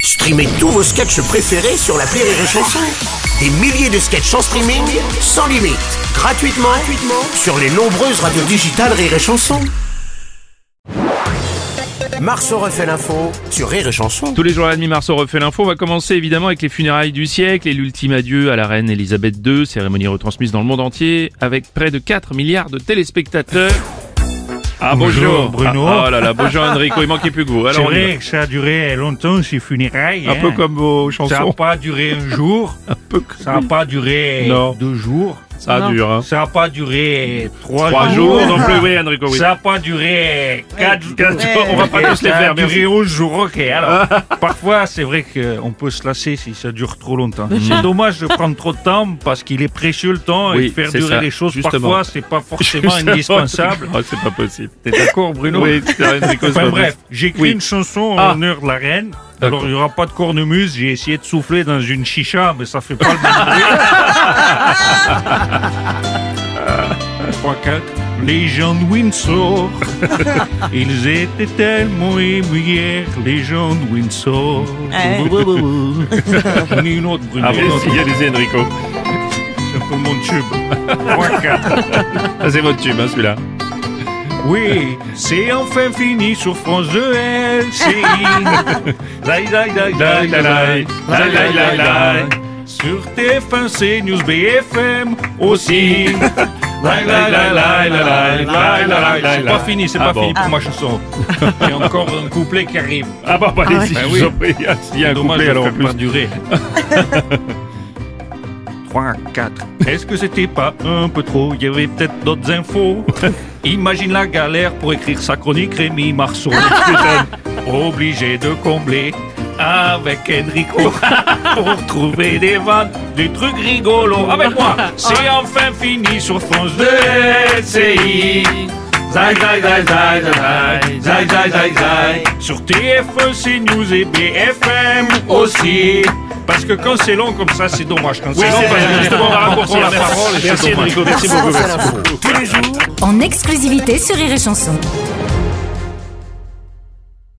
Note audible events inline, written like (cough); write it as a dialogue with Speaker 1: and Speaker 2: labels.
Speaker 1: Streamez tous vos sketchs préférés sur la Rire et Chanson. Des milliers de sketchs en streaming, sans limite, gratuitement, gratuitement sur les nombreuses radios digitales Rire et Chanson. Marceau refait l'info sur Rire et Chanson.
Speaker 2: Tous les jours à la demi mars, on refait l'info. On va commencer évidemment avec les funérailles du siècle et l'ultime adieu à la reine Elisabeth II, cérémonie retransmise dans le monde entier avec près de 4 milliards de téléspectateurs. Ah bonjour,
Speaker 3: Bonjour, Bruno.
Speaker 2: Ah, oh là là, bonjour Enrico, il manquait plus que vous.
Speaker 3: C'est
Speaker 2: Alors, on y
Speaker 3: vrai que Bah ça a duré longtemps ces funérailles.
Speaker 2: va. un peu
Speaker 3: hein.
Speaker 2: comme vos
Speaker 3: Ça n'a
Speaker 2: chansons.
Speaker 3: pas duré un jour,
Speaker 2: (laughs) Un peu comme-
Speaker 3: ça n'a pas duré
Speaker 2: Non.
Speaker 3: deux jours,
Speaker 2: Ça dure. Hein.
Speaker 3: ça n'a pas duré trois,
Speaker 2: Trois jours non plus,
Speaker 3: (laughs)
Speaker 2: oui Enrico, oui.
Speaker 3: ça n'a pas duré quatre jours.
Speaker 2: On va pas
Speaker 3: Et
Speaker 2: tous les
Speaker 3: ça a
Speaker 2: faire,
Speaker 3: duré
Speaker 2: merci.
Speaker 3: onze jours,
Speaker 2: (laughs)
Speaker 3: ok. Alors, parfois, c'est vrai qu'on peut se lasser si ça dure trop longtemps. C'est dommage de prendre trop de temps parce qu'il est précieux le temps
Speaker 2: Oui,
Speaker 3: et faire
Speaker 2: c'est
Speaker 3: durer
Speaker 2: ça,
Speaker 3: les choses,
Speaker 2: justement.
Speaker 3: parfois, c'est pas
Speaker 2: (laughs)
Speaker 3: forcément
Speaker 2: Justement.
Speaker 3: indispensable.
Speaker 2: Ah, c'est pas possible.
Speaker 3: T'es d'accord, Bruno
Speaker 2: Oui, c'est Enrico. c'est
Speaker 3: Enfin
Speaker 2: pas
Speaker 3: bref,
Speaker 2: possible.
Speaker 3: j'ai écrit
Speaker 2: Oui.
Speaker 3: une chanson en
Speaker 2: Ah.
Speaker 3: l'honneur de la reine.
Speaker 2: D'accord.
Speaker 3: Alors il n'y aura pas de cornemuse, j'ai essayé de souffler dans une chicha, mais ça fait pas le même
Speaker 2: (laughs)
Speaker 3: bruit. Trois, quatre. Les gens de
Speaker 2: (laughs)
Speaker 3: Windsor, ils étaient tellement émus hier, les gens de Windsor. J'en ai une autre, Bruno.
Speaker 2: Ah,
Speaker 3: une autre.
Speaker 2: allez-y, allez-y Enrico.
Speaker 3: C'est un peu mon tube. Trois, quatre.
Speaker 2: Ah, c'est votre tube, hein, celui-là.
Speaker 3: Oui, c'est enfin fini sur France 2
Speaker 2: (laughs)
Speaker 3: LCI. Zaï, zaï, zaï, zaï, zaï, zaï, zaï, zaï, zaï, zaï. Sur TF1, c'est News BFM
Speaker 2: (laughs)
Speaker 3: aussi. Zaï, zaï, zaï, zaï, zaï, zaï, zaï, zaï, zaï. C'est pas fini, c'est
Speaker 2: Ah
Speaker 3: pas
Speaker 2: bon.
Speaker 3: fini pour ma chanson.
Speaker 2: (laughs)
Speaker 3: J'ai encore un couplet qui arrive.
Speaker 2: Ah bah, bah, allez-y,
Speaker 3: ouais.
Speaker 2: je vous en prie. Ah, S'il y a un
Speaker 3: Dommage,
Speaker 2: couplet,
Speaker 3: ça
Speaker 2: alors
Speaker 3: fait
Speaker 2: on peut
Speaker 3: pas durer. 3, 4. Est-ce que c'était pas un peu trop Il y avait peut-être d'autres infos. Imagine la galère pour écrire sa chronique Rémi Marceau. Obligé de combler avec Enrico (laughs) pour trouver des vannes, des trucs rigolos. Avec moi, c'est enfin fini sur France 2 LCI. Zai, zai, zai, zai, zai, zai, zai, zai, zai. Sur TF1, CNews et BFM aussi. Parce que quand c'est long comme ça, c'est dommage. Quand
Speaker 2: Oui,
Speaker 3: c'est long,
Speaker 2: c'est
Speaker 3: parce que
Speaker 2: vrai, justement, on va
Speaker 3: on
Speaker 2: raccourcir
Speaker 3: prend la
Speaker 2: merci.
Speaker 3: parole et c'est
Speaker 2: Merci
Speaker 3: dommage.
Speaker 2: Enrico, merci beaucoup.
Speaker 1: Tous les jours,
Speaker 4: en exclusivité sur Rire et Chanson.